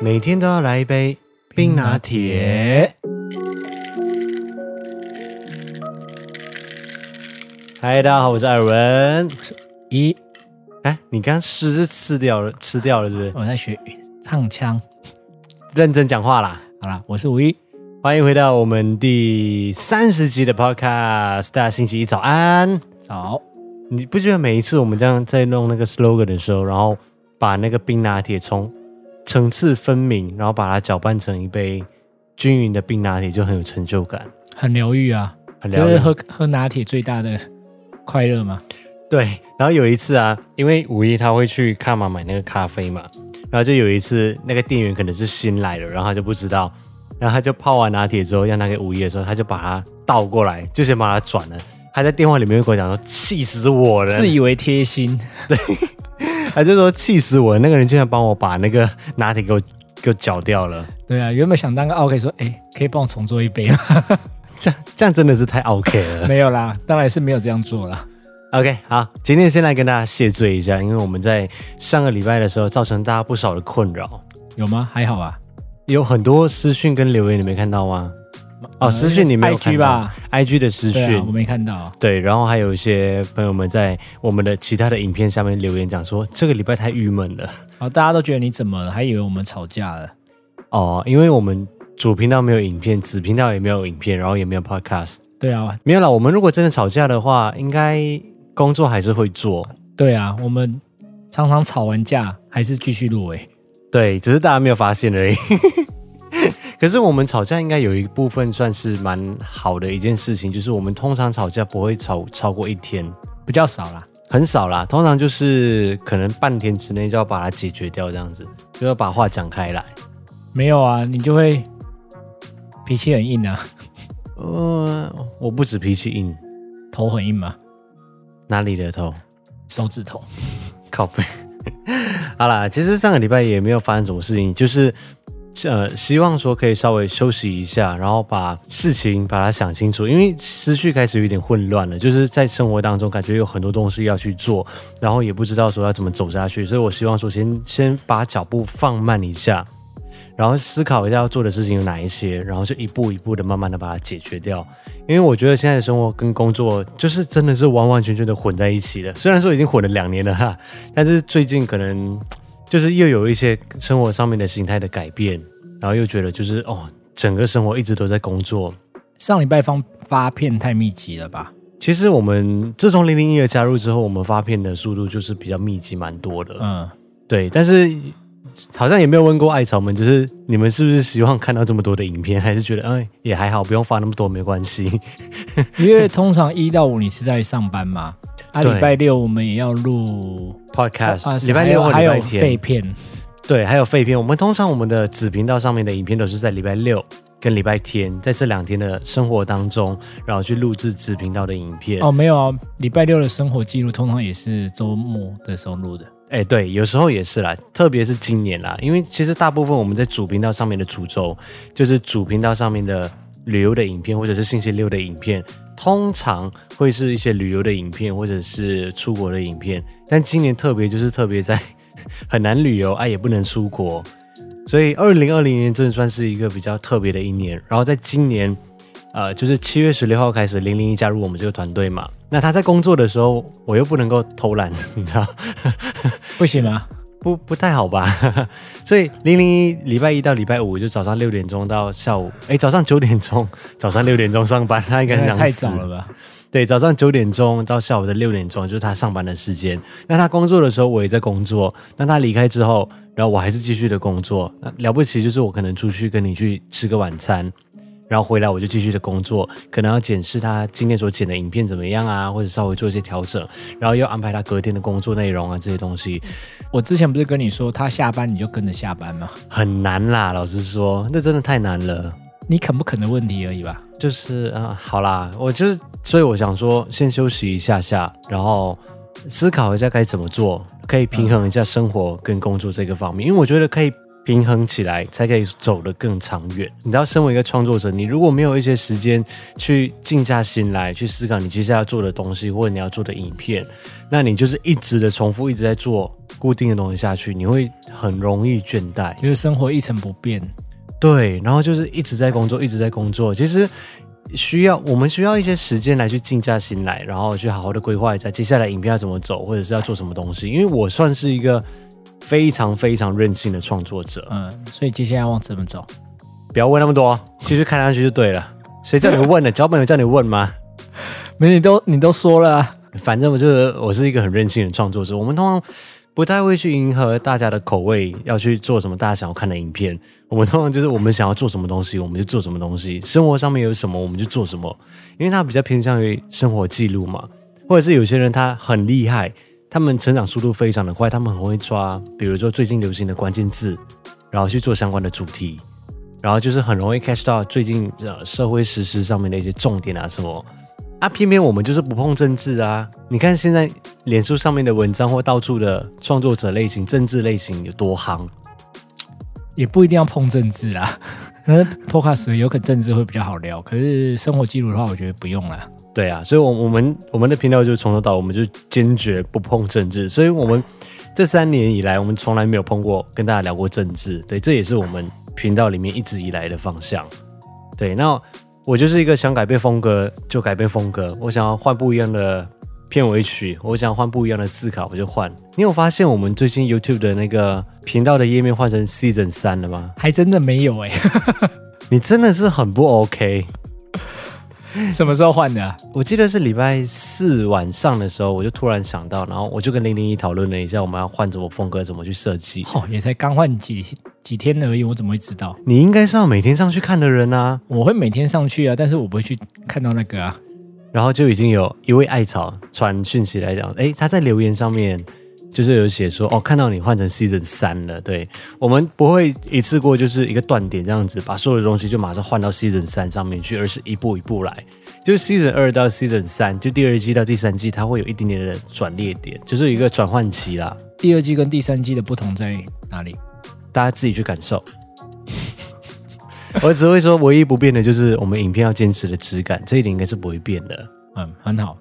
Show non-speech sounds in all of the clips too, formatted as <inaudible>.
每天都要来一杯冰拿铁。嗨，大家好，我是艾尔文。一，哎，你刚刚吃是吃掉了，吃掉了是不是？我在学唱腔。认真讲话啦！好啦，我是五一，欢迎回到我们第三十集的 Podcast，大家星期一早安。早，你不觉得每一次我们这样在弄那个 slogan 的时候，然后把那个冰拿铁从层次分明，然后把它搅拌成一杯均匀的冰拿铁，就很有成就感，很疗愈啊，很疗这愈是。喝喝拿铁最大的快乐嘛。对，然后有一次啊，因为五一他会去卡玛买那个咖啡嘛，然后就有一次那个店员可能是新来的，然后他就不知道，然后他就泡完拿铁之后要拿给五一的时候，他就把它倒过来，就先把它转了。他在电话里面就跟我讲说：“气死我了！”自以为贴心，他就说气死我了，那个人竟然帮我把那个拿铁给我给我搅掉了，对啊，原本想当个 OK 说，哎、可以帮我重做一杯吗？ <laughs> 这样这样真的是太 OK 了。没有啦，当然是没有这样做啦。 OK，好，今天先来跟大家谢罪一下，因为我们在上个礼拜的时候造成大家不少的困扰，有吗？还好啊吧。有很多私讯跟留言，你没看到吗？哦，呃私讯你没有看 IG 到吧？ ？IG 的私对啊，我讯。没看到。对，然后还有一些朋友们在我们的其他的影片下面留言讲说，这个礼拜太郁闷了好，大家都觉得你怎么了？还以为我们吵架了。哦，因为我们主频道没有影片，子频道也没有影片，然后也没有 podcast，对啊，没有啦，我们如果真的吵架的话，应该工作还是会做。对啊，我们常常吵完架还是继续录哎诶、对，只是大家没有发现而已。 <laughs> 可是我们吵架应该有一部分算是蛮好的一件事情，就是我们通常吵架不会吵超过一天，比较少啦。很少啦，通常就是可能半天之内就要把它解决掉，这样子就要把话讲开来。没有啊，你就会脾气很硬啊，嗯、我不止脾气硬，头很硬嘛，哪里的头？手指头。靠背。 <laughs> 好啦，其实上个礼拜也没有发生什么事情，就是呃，希望说可以稍微休息一下，然后把事情把它想清楚，因为思绪开始有点混乱了，就是在生活当中感觉有很多东西要去做，然后也不知道说要怎么走下去，所以我希望说先先把脚步放慢一下。然后思考一下要做的事情有哪一些，然后就一步一步的慢慢的把它解决掉。因为我觉得现在的生活跟工作就是真的是完完全全的混在一起了。虽然说已经混了两年了哈，但是最近可能就是又有一些生活上面的形态的改变，然后又觉得就是哦，整个生活一直都在工作。上礼拜方发片太密集了吧？其实我们自从零零一的加入之后，我们发片的速度就是比较密集，蛮多的。嗯，对，但是好像也没有问过艾草们，就是你们是不是希望看到这么多的影片，还是觉得哎也还好，不用发那么多没关 <laughs> 系？ <laughs> 因为通常一到五你是在上班嘛，啊，对礼拜六我们也要录 Podcast，啊礼拜六和还礼有还拜有废天，片，对，还有废片。我们通常我们的子频道上面的影片都是在礼拜六跟礼拜天，在这两天的生活当中，然后去录制子频道的影片。哦，没有啊，礼拜六的生活记录通常也是周末的时候录的。哎，对，有时候也是啦，特别是今年啦，因为其实大部分我们在主频道上面的主轴，就是主频道上面的旅游的影片，或者是星期六的影片，通常会是一些旅游的影片，或者是出国的影片。但今年特别就是特别在 <laughs> 很难旅游，哎、也不能出国，所以二零二零年真的算是一个比较特别的一年。然后在今年，呃，就是七月十六号开始，零零一加入我们这个团队嘛。那他在工作的时候，我又不能够偷懒， <laughs> 你知道。不行吗？不不太好吧？ <laughs> 所以零零一礼拜一到礼拜五就早上六点钟到下午，哎，早上九点钟， <laughs> 早上六点钟上班，他应该很那想太死早了吧？对，早上九点钟到下午的六点钟就是他上班的时间。那他工作的时候，我也在工作。那他离开之后，然后我还是继续的工作。那了不起就是我可能出去跟你去吃个晚餐，然后回来我就继续的工作，可能要检视他今天所剪的影片怎么样啊，或者稍微做一些调整，然后又安排他隔天的工作内容啊这些东西。我之前不是跟你说他下班你就跟着下班吗？ <laughs> 很难啦，老实说，那真的太难了。你肯不肯的问题而已吧？就是啊、好啦，我就是，所以我想说，先休息一下下，然后思考一下该怎么做，可以平衡一下生活跟工作这个方面，因为我觉得可以平衡起来，才可以走得更长远。你知道，身为一个创作者，你如果没有一些时间去静下心来去思考你接下来要做的东西，或者你要做的影片，那你就是一直的重复，一直在做固定的东西下去，你会很容易倦怠。就是生活一成不变，对，然后就是一直在工作，一直在工作。其实需要我们需要一些时间来去静下心来，然后去好好的规划一下接下来影片要怎么走，或者是要做什么东西。因为我算是一个非常非常任性的创作者，嗯，所以接下来往怎么走？不要问那么多，继续看下去就对了。谁叫你问的？脚本有叫你问吗？没，你都你都说了、啊，反正我就是我是一个很任性的创作者，我们通常不太会去迎合大家的口味，要去做什么大家想要看的影片。我们通常就是我们想要做什么东西，我们就做什么东西，生活上面有什么我们就做什么，因为它比较偏向于生活记录嘛，或者是有些人他很厉害，他们成长速度非常的快，他们很会抓，比如说最近流行的关键字，然后去做相关的主题。然后就是很容易 catch 到最近呃社会时事上面的一些重点啊什么，啊，偏偏我们就是不碰政治啊！你看现在脸书上面的文章或到处的创作者类型、政治类型有多夯，也不一定要碰政治啦。 <laughs> 那 podcast 有可能政治会比较好聊，可是生活记录的话，我觉得不用啦。对啊，所以，我我们我们的频道就是从头到尾，我们就坚决不碰政治。所以，我们这三年以来，我们从来没有碰过跟大家聊过政治。对，这也是我们频道里面一直以来的方向。对，那我就是一个想改变风格就改变风格，我想要换不一样的片尾曲，我想要换不一样的字卡，我就换。你有发现我们最近 YouTube 的那个频道的页面换成 Season 三了吗？还真的没有哎、你真的是很不 OK。 <laughs> 什么时候换的啊、我记得是礼拜四晚上的时候，我就突然想到，然后我就跟零零一讨论了一下，我们要换什么风格，怎么去设计。哦，也才刚换几几天而已，我怎么会知道？你应该是要每天上去看的人啊，我会每天上去啊，但是我不会去看到那个啊。然后就已经有一位艾草传讯息来讲，诶，他在留言上面就是有写说，哦，看到你换成 season 三了，对我们不会一次过就是一个断点这样子，把所有的东西就马上换到 season 三上面去，而是一步一步来，就是 season 二到 season 三，就第二季到第三季，它会有一点点的转捩点，就是有一个转换期啦，第二季跟第三季的不同在哪里？大家自己去感受。 <laughs> 我只会说，唯一不变的就是我们影片要坚持的质感，这一点应该是不会变的。嗯，很好，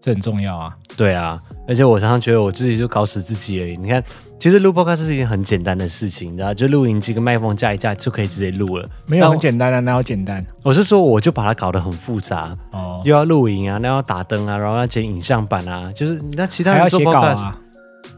这很重要啊。对啊，而且我常常觉得我自己就搞死自己而已。你看，其实录 podcast 是一件很简单的事情，你知道，就录音机跟麦克风架一架就可以直接录了。没有那很简单啊，哪有简单？我是说，我就把它搞得很复杂，哦，又要录影啊，那要打灯啊，然后要剪影像版啊，就是那其他还要人做写稿 podcast，、啊，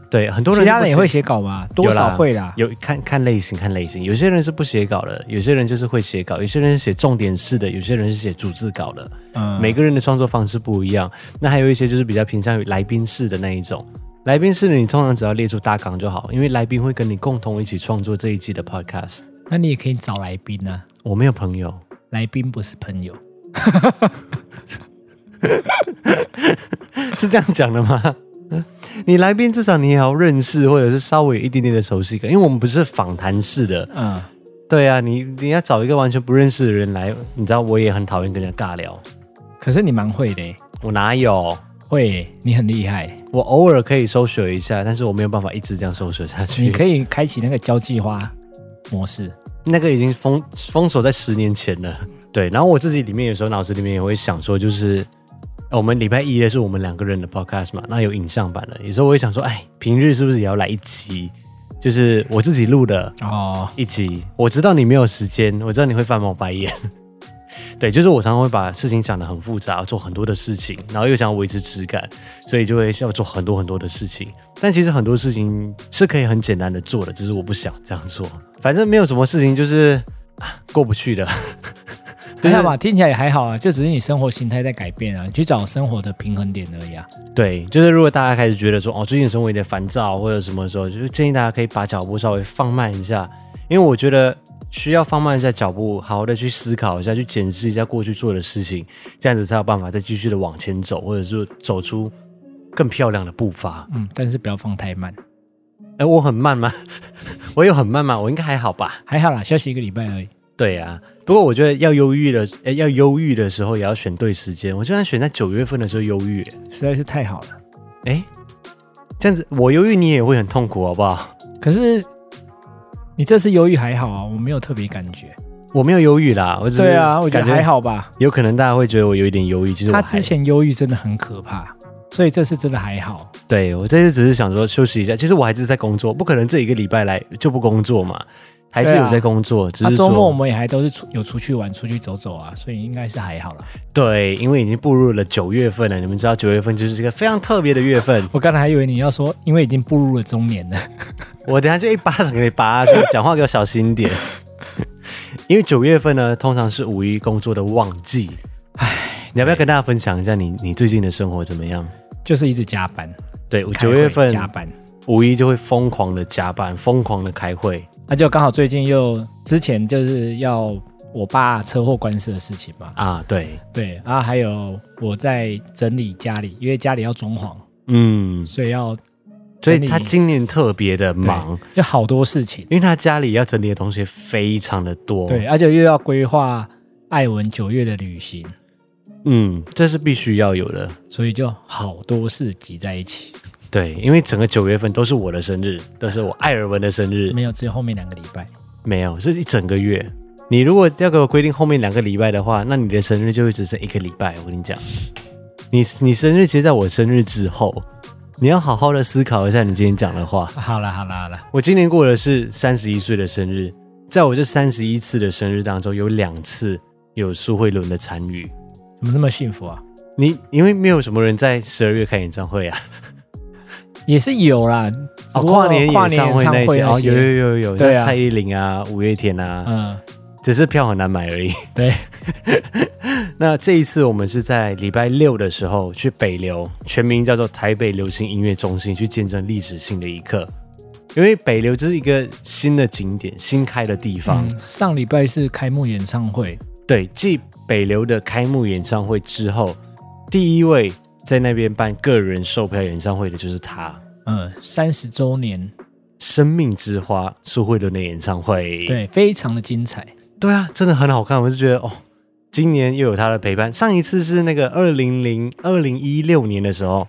对，很多人其是不他人也写会写稿吧？多有啦少会啦。有看看类型，看类型，有些人是不写稿的，有些人就是会写稿，有些人是写重点式的，有些人是写逐字稿的。嗯，每个人的创作方式不一样。那还有一些就是比较偏向于来宾式的那一种。来宾式的你通常只要列出大纲就好，因为来宾会跟你共同一起创作这一季的 podcast。那你也可以找来宾啊，我没有朋友， <laughs> 来宾不是朋友。是这样讲的吗？ <laughs> 你来宾至少你也要认识，或者是稍微有一点点的熟悉感，因为我们不是访谈式的。嗯，对啊，你你要找一个完全不认识的人来，你知道我也很讨厌跟人家尬聊。可是你蛮会的欸，我哪有？会欸，你很厉害欸，我偶尔可以搜索一下，但是我没有办法一直这样搜索下去。你可以开启那个交际花模式。 <laughs> 那个已经封封锁在十年前了。对，然后我自己里面有时候脑子里面也会想说，就是、呃我们礼拜一的是我们两个人的 podcast 嘛，那有影像版的，有时候我会想说，哎，平日是不是也要来一集？就是我自己录的哦，一集。我知道你没有时间，我知道你会翻我白眼。 <laughs> 对，就是我常常会把事情想得很复杂，做很多的事情，然后又想要维持质感，所以就会要做很多很多的事情。但其实很多事情是可以很简单的做的，只是我不想这样做。反正没有什么事情就是、啊过不去的。还好吧，哎听起来也还好啊，就只是你生活形态在改变啊，你去找生活的平衡点而已啊。对，就是如果大家开始觉得说哦，最近生活有点烦躁或者什么的时候，就是建议大家可以把脚步稍微放慢一下，因为我觉得需要放慢一下脚步，好好的去思考一下，去检视一下过去做的事情，这样子才有办法再继续的往前走，或者是走出更漂亮的步伐。嗯，但是不要放太慢，哎，我很慢吗？我有很慢吗？我应该还好吧？还好啦，休息一个礼拜而已。对啊，不过我觉得要忧郁的，哎，要忧郁的时候也要选对时间。我就算选在九月份的时候忧郁，实在是太好了。哎，这样子我忧郁你也会很痛苦，好不好？可是你这次忧郁还好啊，我没有特别感觉。我没有忧郁啦，我只是对啊，我觉感得觉还，好吧。有可能大家会觉得我有一点忧郁，其实我他还之前忧郁真的很可怕，所以这次真的还好。对我这次只是想说休息一下，其实我还是在工作，不可能这一个礼拜来就不工作嘛，还是对啊有在工作，只那是周说末我们也还都是出有出去玩、出去走走啊，所以应该是还好啦。，对，因为已经步入了九月份了，你们知道九月份就是一个非常特别的月份 <laughs> 我刚才还以为你要说，因为已经步入了中年了， <laughs> 我等一下就一巴掌给你拔下去，讲话给我小心一 <laughs> 点。因为九月份呢，通常是五一工作的旺季，唉，你要不要跟大家分享一下你你最近的生活怎么样？就是一直加班。对，我开哦九会月份加班，五一就会疯狂的加班，疯狂的开会，那就刚好最近又之前就是要我爸车祸官司的事情嘛，啊，对，对啊，还有我在整理家里，因为家里要装潢，嗯，所以要所以整理他今年特别的忙，就好多事情，因为他家里要整理的东西非常的多，对，，而且又要规划艾文九月的旅行，嗯，这是必须要有的，所以就好多事集在一起，对，因为整个九月份都是我的生日，都是我艾尔文的生日，没有只有后面两个礼拜，没有，是一整个月。你如果要给我规定后面两个礼拜的话，那你的生日就会只剩一个礼拜。我跟你讲，你你生日其实在我生日之后，你要好好的思考一下你今天讲的话。啊好啦好啦好啦，我今年过的是三十一岁的生日，在我这三十一次的生日当中，有两次有苏慧伦的参与。怎么那么幸福啊？你因为没有什么人在十二月开演唱会啊，也是有啦，哦，不过跨年跨演年唱会那些演唱会那哦，有有些，有有，对啊像蔡依林啊、五月天啊，嗯，只是票很难买而已。 <laughs> 对，那这一次我们是在礼拜六的时候去北流，全名叫做台北流行音乐中心，去见证历史性的一刻。因为北流这是一个新的景点，新开的地方。嗯，上礼拜是开幕演唱会，对，继北流的开幕演唱会之后，第一位在那边办个人售票演唱会的就是他，嗯，三十周年，生命之花苏慧伦的演唱会。对，非常的精彩。对啊，真的很好看，我就觉得哦，今年又有他的陪伴。上一次是那个二零零二零一六年的时候，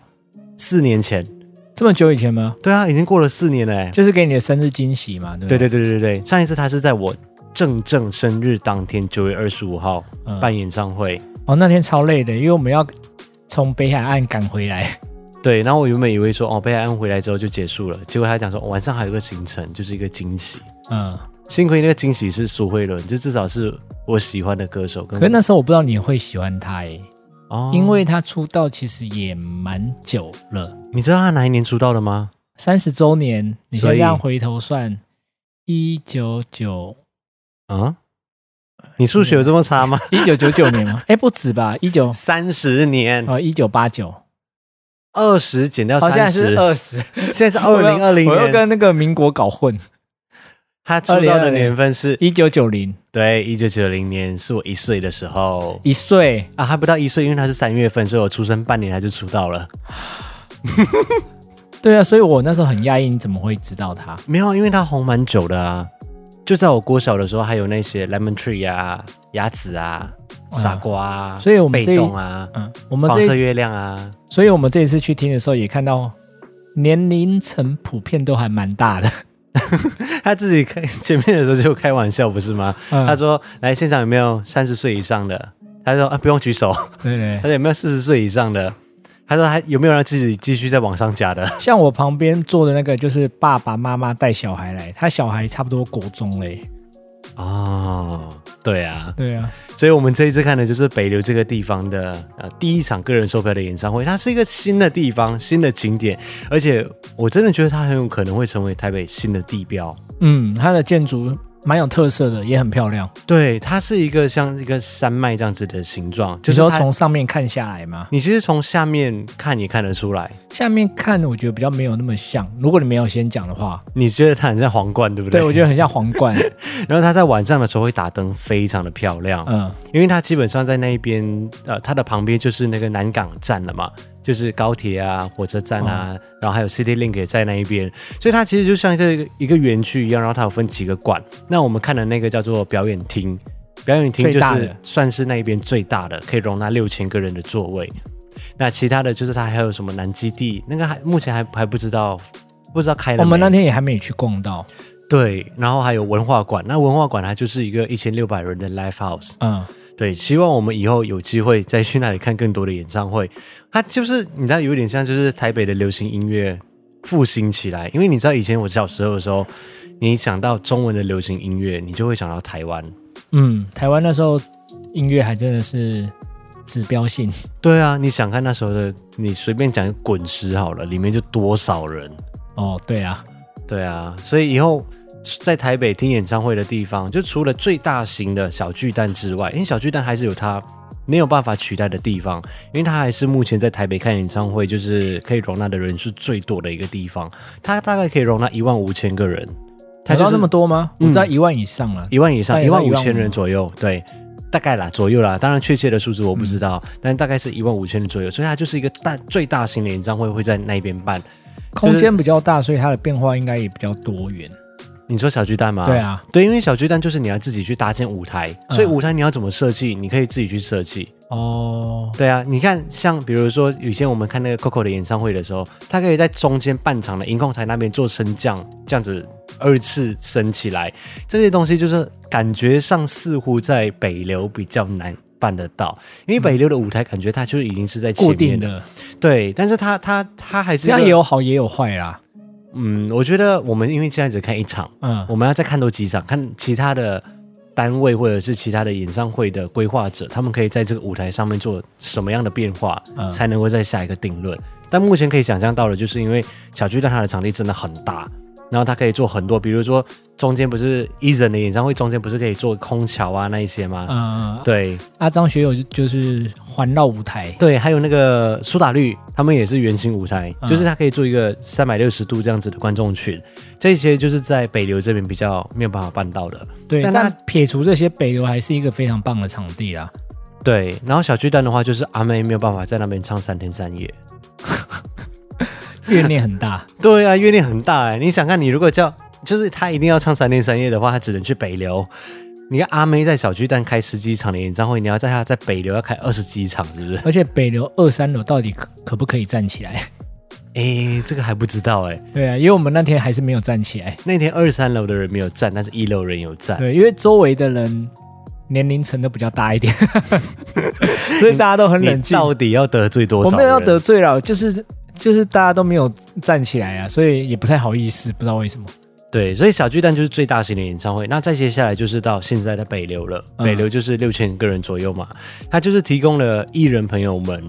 四年前。这么久以前吗？对啊，已经过了四年了欸。就是给你的生日惊喜嘛，对不对对对对对对，上一次他是在我正正生日当天，九月二十五号嗯办演唱会。哦，那天超累的，因为我们要从北海岸赶回来。 <laughs> 对，然后我原本以为说哦，被安回来之后就结束了，结果他讲说、哦晚上还有个行程，就是一个惊喜。嗯，幸亏那个惊喜是苏慧伦，就至少是我喜欢的歌手跟我。可是那时候我不知道你会喜欢他诶，哦因为他出道其实也蛮久了，你知道他哪一年出道的吗？三十周年。你先所以这样回头算，一九九啊，你数学有这么差 <laughs> 吗？一九九九年吗？ <laughs> 哎，不止吧，一九三十年，哦一九八九，二十减掉好像啊三是十，二十。 <laughs> 现在是二零二零我又年，跟那个民国搞混，他出道的2020年份是一九九零对，一九九零年是我一岁的时候一岁。啊，还不到一岁，因为他是三月份，所以我出生半年他就出道了。对啊，所以我那时候很讶异，你怎么会知道他？没有，因为他红蛮久的啊，就在我国小的时候，还有那些 Lemon Tree 啊、鸭子啊、嗯傻瓜啊、所以我们这被一动啊、嗯，我们黄这一色月亮啊，所以我们这一次去听的时候，也看到年龄层普遍都还蛮 <laughs> 大的。他自己开前面的时候就开玩笑不是吗？他嗯，说来现场有没有三十岁以上的？他说啊不用举手，对他对，说有没有四十岁以上的？他说还有没有让自己继续再往上加的？像我旁边坐的那个就是爸爸妈妈带小孩来，他小孩差不多国中嘞。哦，对啊，对啊，所以我们这一次看的就是北流这个地方的呃第一场个人售票的演唱会，它是一个新的地方、新的景点，而且我真的觉得它很有可能会成为台北新的地标。嗯，它的建筑蛮有特色的，也很漂亮。对，它是一个像一个山脉这样子的形状，就就是说它从上面看下来嘛，你其实从下面看也看得出来，下面看我觉得比较没有那么像。如果你没有先讲的话，你觉得它很像皇冠，对不对？对我觉得很像 <laughs> 皇冠。然后它在晚上的时候会打灯，非常的漂亮。嗯，因为它基本上在那一边，呃，它的旁边就是那个南港站了嘛，就是高铁啊、火车站啊，哦然后还有 City Link 也在那一边，所以它其实就像一个一个园区一样，然后它有分几个馆。那我们看的那个叫做表演厅，表演厅就最大是的算是那一边最大的，可以容纳六千个人的座位。那其他的就是它还有什么南基地，那个还目前还还不知道，不知道开了没。我们那天也还没去逛到。对，然后还有文化馆，那文化馆它就是一个一千六百人的 live house。嗯，对，希望我们以后有机会再去那里看更多的演唱会。它就是你知道，有点像就是台北的流行音乐复兴起来，因为你知道以前我小时候的时候，你想到中文的流行音乐，你就会想到台湾。嗯，台湾那时候音乐还真的是指标性，对啊，你想看那时候的，你随便讲滚石好了，里面就多少人。哦，对啊，对啊，所以以后在台北听演唱会的地方，就除了最大型的小巨蛋之外，因为小巨蛋还是有它没有办法取代的地方，因为它还是目前在台北看演唱会就是可以容纳的人数最多的一个地方，它大概可以容纳一万五千个人，它台就湾是那么多吗？嗯我知道一万以上了，一万以上，大一概万五15,000千人左右，对。大概啦，左右啦，当然确切的数字我不知道，但大概是一万五千人左右，所以它就是一个大最大型的演唱会会在那边办。空间比较大，所以它的变化应该也比较多元。你说小巨蛋吗？对啊，对，因为小巨蛋就是你要自己去搭建舞台，嗯所以舞台你要怎么设计，你可以自己去设计。哦，对啊，你看，像比如说以前我们看那个 Coco 的演唱会的时候，他可以在中间半场的音控台那边做升降，这样子二次升起来，这些东西就是感觉上似乎在北流比较难办得到，因为北流的舞台感觉它就已经是在前嗯固面定，的，对，但是它它它还是这样一个也有好也有坏啦。嗯，我觉得我们因为现在只看一场。嗯，我们要再看多几场，看其他的单位或者是其他的演唱会的规划者，他们可以在这个舞台上面做什么样的变化，嗯才能够再下一个定论。但目前可以想象到的，就是因为小巨蛋它的场地真的很大，然后它可以做很多，比如说中间不是 e a s o n 的演唱会中间不是可以做空桥啊那一些吗？嗯，对阿张学友就就是环绕舞台，对，还有那个苏打绿，他们也是圆形舞台，嗯就是它可以做一个三百六十度这样子的观众群，这些就是在北流这边比较没有办法办到的。对，但但它撇除这些，北流还是一个非常棒的场地啊啦。对，然后小巨蛋的话，就是阿妹没有办法在那边唱三天三夜。怨念很大，对啊，怨念很大哎、你想看，你如果叫，就是她一定要唱三天三夜的话，她只能去北流。你看阿妹在小巨蛋开十几场的演唱会，你要在她在北流要开二十几场，是不是？而且北流二三楼到底可可不可以站起来？哎，这个还不知道哎、 <laughs> 对啊，因为我们那天还是没有站起来。那天二三楼的人没有站，但是一楼人有站。 <laughs> 对，因为周围的人年龄层都比较大一点， <laughs> 所以大家都很冷你静。到底要得罪多少我人？没有要得罪了，就是就是大家都没有站起来啊，所以也不太好意思，不知道为什么。对，所以小巨蛋就是最大型的演唱会。那再接下来就是到现在的北流了，嗯北流就是六千个人左右嘛，它就是提供了艺人朋友们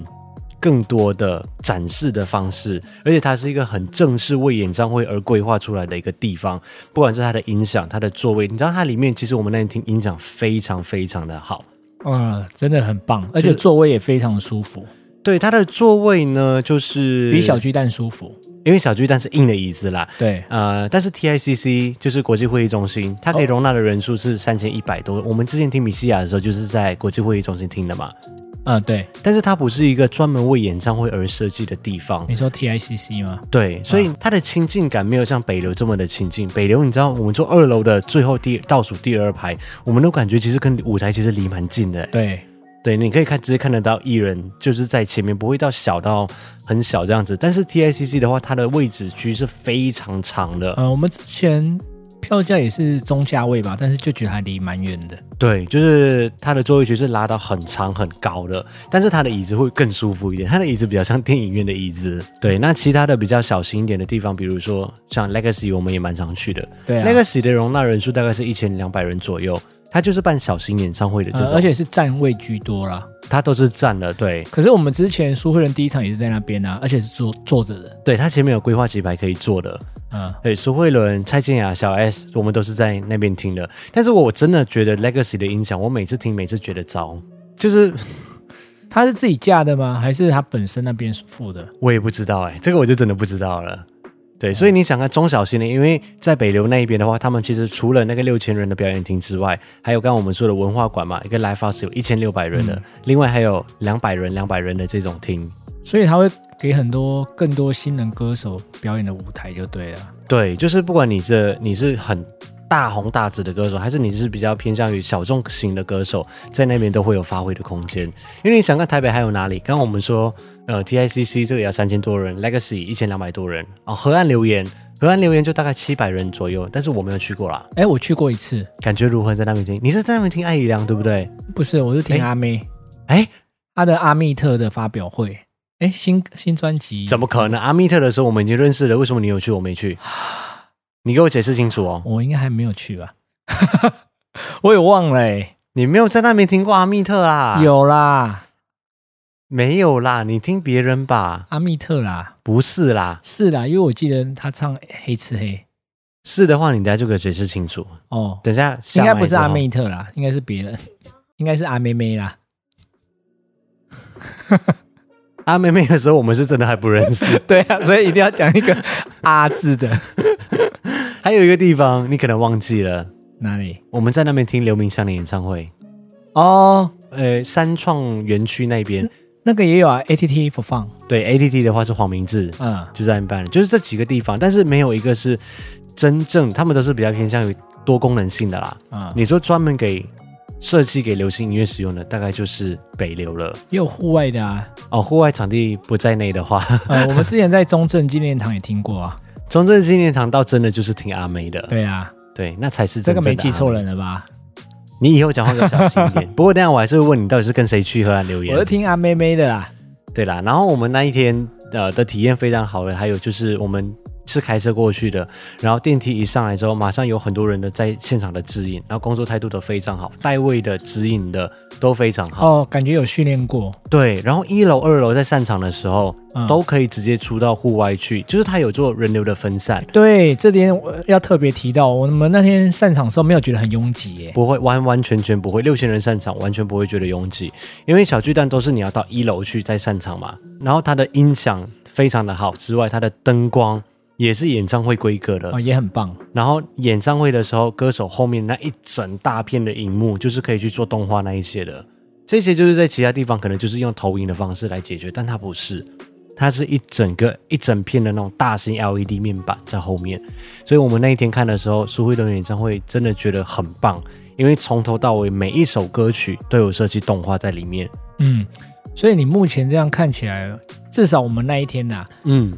更多的展示的方式，而且它是一个很正式为演唱会而规划出来的一个地方。不管是它的音响、它的座位，你知道它里面其实我们那天听音响非常非常的好。嗯，真的很棒，而就且是座位也非常舒服，对它的座位呢，就是比小，巨蛋舒服。因为小巨蛋是硬的椅子啦，对，呃，但是 TICC 就是国际会议中心，它可以容纳的人数是三千一百多。我们之前听米西亚的时候，就是在国际会议中心听的嘛。嗯，对，但是它不是一个专门为演唱会而设计的地方，你说 TICC 吗？对，所以它的亲近感没有像北流这么的亲近。北流，你知道，我们坐二楼的最后第倒数第二排，我们都感觉其实跟舞台其实离蛮近的。对，对，你可以看直接看得到艺人就是在前面，不会到小到很小这样子。但是 TICC 的话，它的位置区是非常长的。呃，我们之前票价也是中价位吧，但是就觉得还离蛮远的。对，就是它的座位区是拉到很长很高的，但是它的椅子会更舒服一点，它的椅子比较像电影院的椅子。对，那其他的比较小型一点的地方，比如说像 Legacy，我们也蛮常去的。对啊， Legacy 的容纳人数大概是一千两百人左右，它就是办小型演唱会的这呃种，而且是站位居多啦。它都是站的。对，可是我们之前苏慧伦第一场也是在那边啊，而且是坐坐着的。对，它前面有规划几排可以坐的。嗯，对，苏慧伦、蔡健雅、小 S，我们都是在那边听的。但是我真的觉得 Legacy 的音响，我每次听每次觉得糟，就是他是自己架的吗？还是他本身那边付的？我也不知道哎、这个我就真的不知道了。对，所以你想看中小型的，因为在北流那一边的话，他们其实除了那个六千人的表演厅之外，还有刚刚我们说的文化馆嘛，一个 live house 有一千六百人的，另外还有两百人、两百人的这种厅。所以他会给很多更多新人歌手表演的舞台就对了。对，就是不管你这你是很大红大紫的歌手，还是你是比较偏向于小众型的歌手，在那边都会有发挥的空间。因为你想看台北还有哪里？刚刚我们说，呃，TICC 这个也要三千多人，Legacy 一千两百多人啊、哦河岸留言河岸留言就大概七百人左右，但是我没有去过啦。哎、我去过一次，感觉如何在那边听？你是在那边听艾怡良对不对？不是，我是听哎阿妹、哎，她的阿密特的发表会，哎、新新专辑怎么？么可能？阿密特的时候我们已经认识了，为什么你有去我没去？ <sighs> 你给我解释清楚哦！我应该还没有去吧？ <laughs> 我也忘了、欸，你没有在那边听过阿密特啊？有啦，没有啦？你听别人吧？阿密特啦，不是啦，是啦，因为我记得她唱《黑吃黑》是的话你等下就给我解释清楚。哦，等下应下该麦不是之后阿，密特啦，应该是别人， <laughs> 应该是阿妹妹啦。阿妹妹的时候我们是真的还不认识。 <laughs> 对 <laughs> 啊，所以一定要讲一个阿字的还有一个地方你可能忘记了，哪里？我们在那边听刘明湘的演唱会，哦，呃，三创园区那边，那个也有啊，ATT for fun，对 ATT 的话是黄明志，嗯，就在那边，就是这几个地方，但是没有一个是真正，他们都是比较偏向于多功能性的啦。啊、你说专门给设计给流行音乐使用的，大概就是北流了。也有户外的啊。哦，户外场地不在内的话，呃，我们之前在中正纪念堂也听过啊。中正纪念堂倒真的就是听阿妹的，对啊，对，那才是这真个正没的记错阿妹。人了吧？你以后讲话要小心一 <laughs> 点。不过等一下我还是会问你到底是跟谁去河岸留我是言。听阿妹妹的啦。对啦，然后我们那一天呃的体验非常好了，还有就是我们是开车过去的，然后电梯一上来之后，马上有很多人的在现场的指引，然后工作态度都非常好，带位的指引的都非常好。哦，感觉有训练过，对，然后一楼、二楼在散场的时候、嗯都可以直接出到户外去，就是他有做人流的分散，对这点我要特别提到。我们那天散场的时候没有觉得很拥挤耶。不会完完全全不会六千人散场，完全不会觉得拥挤，因为小巨蛋都是你要到一楼去再散场嘛。然后它的音响非常的好，之外它的灯光也是演唱会规格的，哦，也很棒。然后演唱会的时候，歌手后面那一整大片的荧幕，就是可以去做动画那一些的。这些就是在其他地方可能就是用投影的方式来解决，但它不是，它是一整个一整片的那种大型 LED 面板在后面。所以我们那一天看的时候，苏慧伦演唱会真的觉得很棒，因为从头到尾每一首歌曲都有设计动画在里面。嗯，所以你目前这样看起来，至少我们那一天呐、嗯，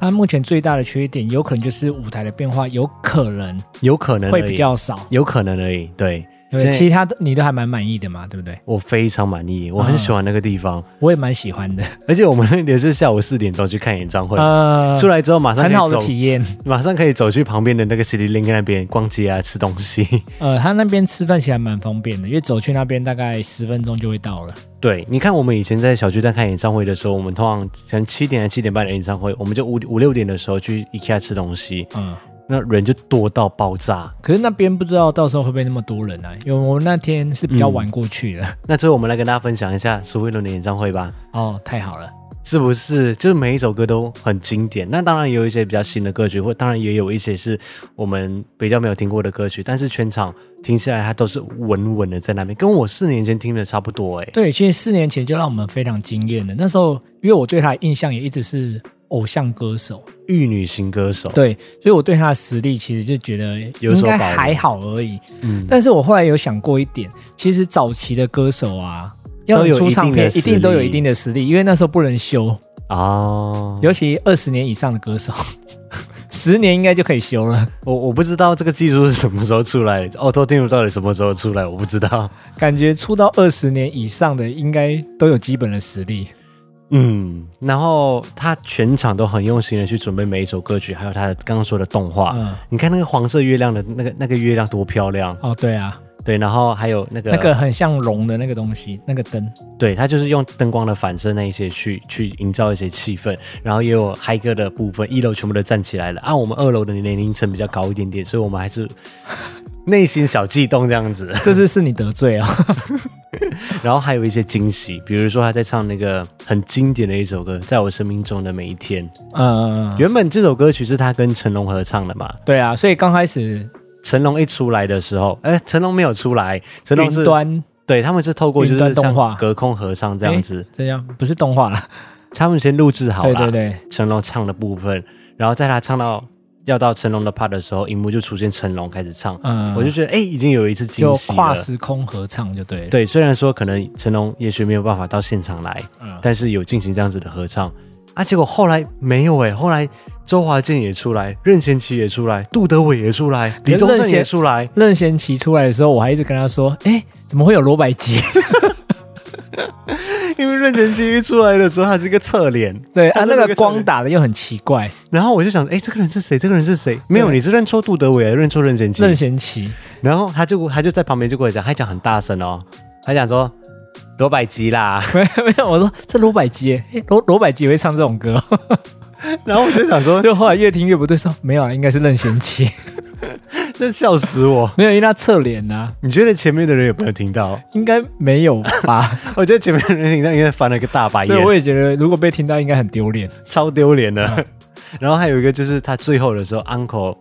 它啊目前最大的缺点，有可能就是舞台的变化，有可能有可能而会已比，较少。有可能而已。对对不现对，在其他的你都还蛮满意的嘛，对不对？我非常满意，我很喜欢那个地方，我也蛮喜欢的，而且我们那天是下午四点钟去看演唱会。呃，出来之后马上可很好以的走，体验。马上可以走去旁边的那个 City Link 那边逛街啊，吃东 <laughs> 西。呃，他那边吃饭其实还蛮方便的，因为走去那边大概十分钟就会到了。对，你看我们以前在小巨蛋看演唱会的时候，我们通常可能七点还七点半的演唱会，我们就五五六点的时候去 IKEA 吃东西，嗯，那人就多到爆炸。可是那边不知道到时候会不会那么多人啊？因为我那天是比嗯较晚过去的。那最后我们来跟大家分享一下苏慧伦的演唱会吧，哦，太好了，是不是？就是每一首歌都很经典。那当然也有一些比较新的歌曲，或当然也有一些是我们比较没有听过的歌曲，但是全场听下来，它都是稳稳的在那边，跟我四年前听的差不多哎、对，其实四年前就让我们非常惊艳的。那时候，因为我对他的印象也一直是偶像歌手，玉女型歌手，对，所以我对他的实力其实就觉得有应所该保留还好而已。嗯，但是我后来有想过一点，其实早期的歌手啊，要都有出一唱定的片实一定都有力一定的实力，因为那时候不能修，哦，尤其二十年以上的歌手， <laughs> 十年应该就可以修了。我我不知道这个技术是什么时候出来，Auto <laughs> Tune 到底什么时候出来，我不知道。感觉出道二十年以上的应该都有基本的实力。嗯，然后他全场都很用心的去准备每一首歌曲，还有他的刚刚说的动画。嗯，你看那个黄色月亮的那个那个月亮多漂亮，哦，对啊，对，啊然后还有那个那个很像龙的那个东西，那个灯。对，它就是用灯光的反射那一些去去营造一些气氛，然后也有嗨歌的部分，一楼全部都站起来了啊。我们二楼的年龄层比较高一点点，所以我们还是内心小悸动这样子。这次是你得 <laughs> 罪啊、然后还有一些惊喜，比如说他在唱那个很经典的一首歌《在我生命中的每一天》。嗯，原本这首歌曲是他跟成龙合唱的嘛？对啊，所以刚开始成龙一出来的时候，哎，成龙没有出来，成龙云是端对他们是透过就云端是动画像隔空合唱这样子，这样不是动画了，他们先录制好对了，对对，成龙唱的部分，然后在他唱到要到成龙的 part 的时候，荧幕就出现成龙开始唱，嗯，我就觉得哎，已经有一次惊就喜跨了。时空合唱就对了。，对，虽然说可能成龙也许没有办法到现场来，嗯但是有进行这样子的合唱。啊，结果后来没有哎、后来周华健也出来，任贤齐也出来，杜德伟也出来，李宗盛也出来，任贤齐出来的时候，我还一直跟他说：“哎、怎么会有罗百吉 <laughs> <laughs> 因为任贤齐一出来的时候，他是一个侧脸，？”对他啊，是那那个个光打的又很奇怪。然后我就想，哎、这个人是谁？这个人是谁？没有，对你是认错杜德伟，啊认错任贤齐。任贤齐， <laughs> 然后他就他就在旁边就跟我讲，他讲很大声哦，他讲说罗百吉啦。没有没有，我说这罗百吉耶，哎、罗罗百吉也会唱这种歌 <laughs> 哦、 <laughs> 然后我就想说，就后来越听越不对，说没有啊，应该是任贤齐， <laughs> 那笑死我！没有，因为他侧脸呐、你觉得前面的人有没有听到？应该没有 <laughs> 吧？我觉得前面的人听到应该翻了个大白对，眼，我也觉得如果被听到应该很丢脸。超丢脸嗯的。 <laughs> 然后还有一个就是他最后的时候，uncle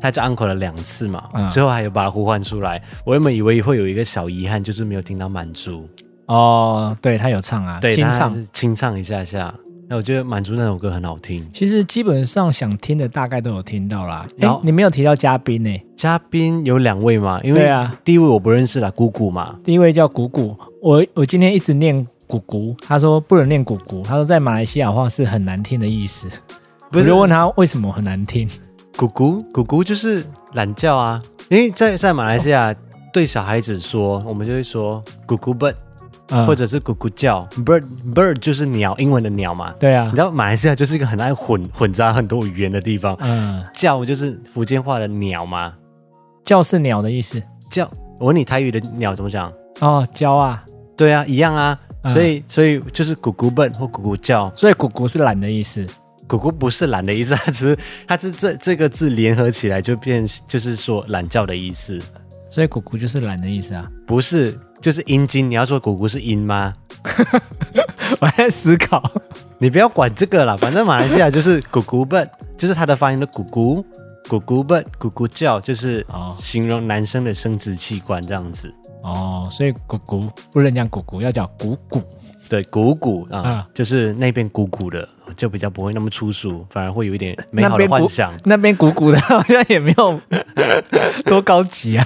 他叫 uncle 了两次嘛，嗯最后还有把他呼唤出来。我原本以为会有一个小遗憾，就是没有听到满足，哦，对他有唱啊，对，清他唱。清唱一下下。那我觉得满足那首歌很好听。其实基本上想听的大概都有听到啦。哎、然后你没有提到嘉宾呢、嘉宾有两位嘛，因对为啊，第一位我不认识啦，姑姑嘛，第一位叫谷谷，我我今天一直念谷谷，他说不能念谷谷，他说在马来西亚话是很难听的意思。不我是就问他为什么很难听，姑姑，姑姑就是懒觉啊，因为在在马来西亚对小孩子说，我们就会说姑姑 bird 嗯、或者是咕咕叫，bird bird 就是鸟，英文的鸟嘛。对你啊知，道马来西亚就是一个很爱混混杂很多语言的地方，嗯，叫就是福建话的鸟嘛，叫是鸟的意思叫我问你台语的鸟怎么讲？哦，叫啊，对啊，一样啊，嗯所以所以就是咕咕笨或咕咕叫，所以谷谷是懒的意思。咕咕不是懒的意思，啊 <laughs> 它只是它是这这个字联合起来就变就是说懒觉的意思，所以谷谷就是懒的意 <laughs> 思啊！不是就是阴茎，你要说咕咕是阴吗？我还在思考，你不要管这个啦，反正马来西亚就是咕咕笨，就是它的发音的咕咕咕咕笨咕咕叫，就是哦形容男生的生殖器官这样子。哦，所以谷谷不能讲谷谷，要叫谷谷。对，鼓鼓啊，啊就是那边鼓鼓的，就比较不会那么粗俗，反而会有一点美那好的边幻谷 <laughs> 想。那边谷谷的好像也没有多高 <laughs> 级啊。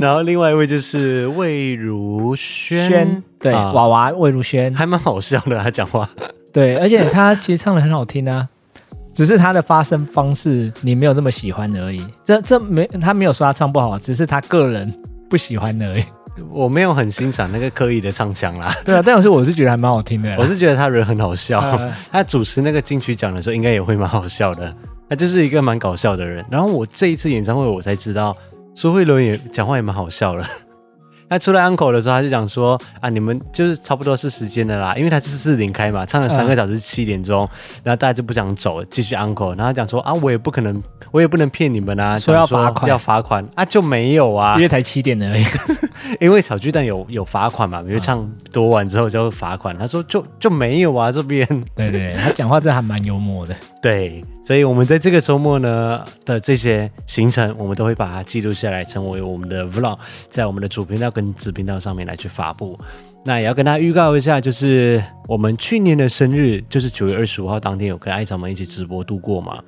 然后另外一位就是魏如萱，轩对、啊娃娃魏如萱，还蛮好笑的，他讲话。对，而且他其实唱的很好听啊， <laughs> 只是他的发声方式你没有那么喜欢而已。这这没他没有说他唱不好，啊只是他个人不喜欢而已。 <laughs> 我没有很欣赏那个刻意的唱腔啦，对啊，但是我是觉得还蛮好听的啦。 <laughs> 我是觉得他人很好 <laughs> 笑。呃他主持那个金曲奖的时候，应该也会蛮好笑的。他就是一个蛮搞笑的人。然后我这一次演唱会，我才知道苏慧伦也讲话也蛮好笑的。 <laughs> 他出来 uncle 的时候，他就讲说啊，你们就是差不多是时间的啦，因为他是四点开嘛，嗯唱了三个小时七点钟，然后大家就不想走，继续 uncle。然后他讲说啊，我也不可能，我也不能骗你们啊，说要讲罚款要罚款啊，就没有啊因，为才七点而已。 <laughs> 因为小巨蛋有有罚款嘛，比如嗯唱多完之后就会罚款。他说就就没有啊，这边。对对，对他讲话真的还蛮幽默的。对，所以我们在这个周末呢的这些行程，我们都会把它记录下来，成为我们的 vlog，在我们的主频道跟子频道上面来去发布。那也要跟大家预告一下，就是我们去年的生日，就是九月二十五号当天，有跟艾草们一起直播度过嘛，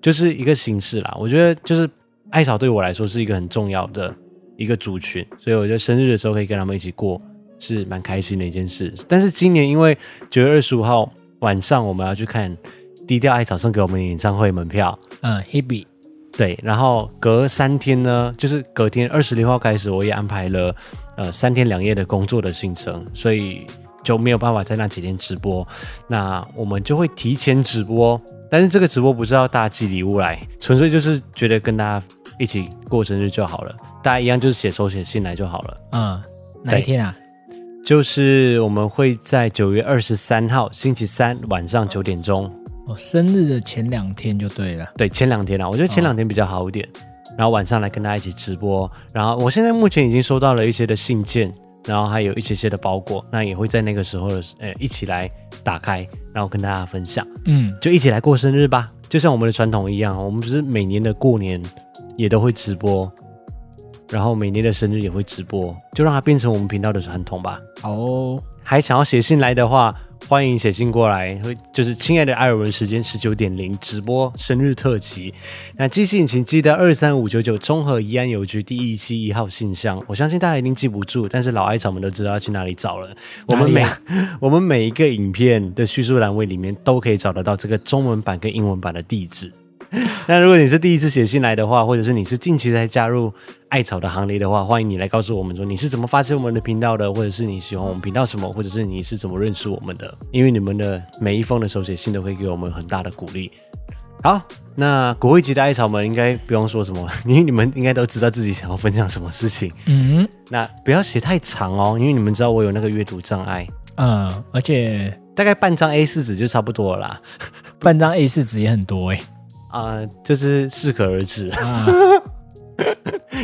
就是一个形式啦。我觉得就是艾草对我来说是一个很重要的一个族群，所以我觉得生日的时候可以跟他们一起过，是蛮开心的一件事。但是今年因为九月二十五号晚上我们要去看低调艾草送给我们演唱会门票，嗯，Hebe，对，然后隔三天呢，就是隔天二十六号开始，我也安排了呃三天两夜的工作的行程，所以就没有办法在那几天直播。那我们就会提前直播，但是这个直播不是要大家寄礼物来，纯粹就是觉得跟大家一起过生日就好了，大家一样就是写手写信来就好了。嗯，哪一天啊？就是我们会在九月二十三号星期三晚上九点钟我、哦生日的前两天就对了。对，前两天啊，我觉得前两天比较好一点。然后晚上来跟大家一起直播。然后我现在目前已经收到了一些的信件，然后还有一些些的包裹，那也会在那个时候的呃一起来打开，然后跟大家分享，嗯，就一起来过生日吧。就像我们的传统一样，我们不是每年的过年也都会直播，然后每年的生日也会直播，就让它变成我们频道的传统吧。好哦，还想要写信来的话，欢迎写信过来，会就是亲爱的艾尔文时间十九点零直播生日特辑。那寄信请记得二三五九九中和宜安邮局第一期一号信箱。我相信大家一定记不住，但是老艾草们都知道要去哪里找了。我们每、哪里啊我们每一个影片的叙述栏位里面都可以找得到这个中文版跟英文版的地址。 <laughs> 那如果你是第一次写信来的话，或者是你是近期才加入艾草的行列的话，欢迎你来告诉我们说你是怎么发现我们的频道的，或者是你喜欢我们频道什么，或者是你是怎么认识我们的，因为你们的每一封的手写信都会给我们很大的鼓励。好，那国会级的艾草们应该不用说什么，因为你们应该都知道自己想要分享什么事情。嗯那不要写太长哦，因为你们知道我有那个阅读障碍，嗯，而且大概半张 A 4纸就差不多了啦。半张 A 四纸也很多哎、啊、就是适可而止。 <laughs> 啊，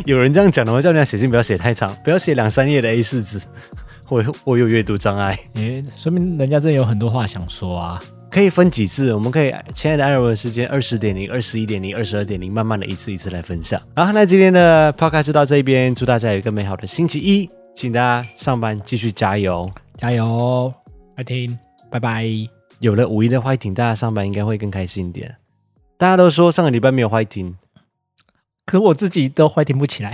有人这样讲的话，叫你写信不要写太长，不要写两三页的 A 4纸。 <laughs> 我我有阅读障碍，也说明人家真的有很多话想说啊。可以分几次，我们可以亲爱的艾尔文时间二十点零、二十一点零、二十二点零，慢慢的一次一次来分享。好，那今天的 podcast 就到这边，祝大家有一个美好的星期一，请大家上班继续加油。加油，快听，拜拜。有了五一的 fighting，大家上班应该会更开心一点。大家都说上个礼拜没有 fighting 可我自己都快听不起来，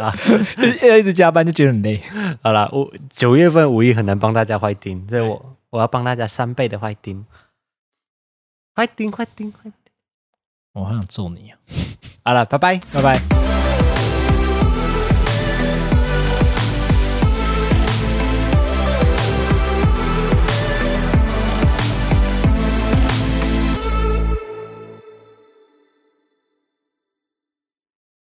啊， <laughs> 要一直加班就觉得很累。好啦，我九月份五一很难帮大家坏丁，所以我我要帮大家三倍的坏丁，坏丁坏丁坏丁。我好想揍你啊！好了，拜拜。拜拜。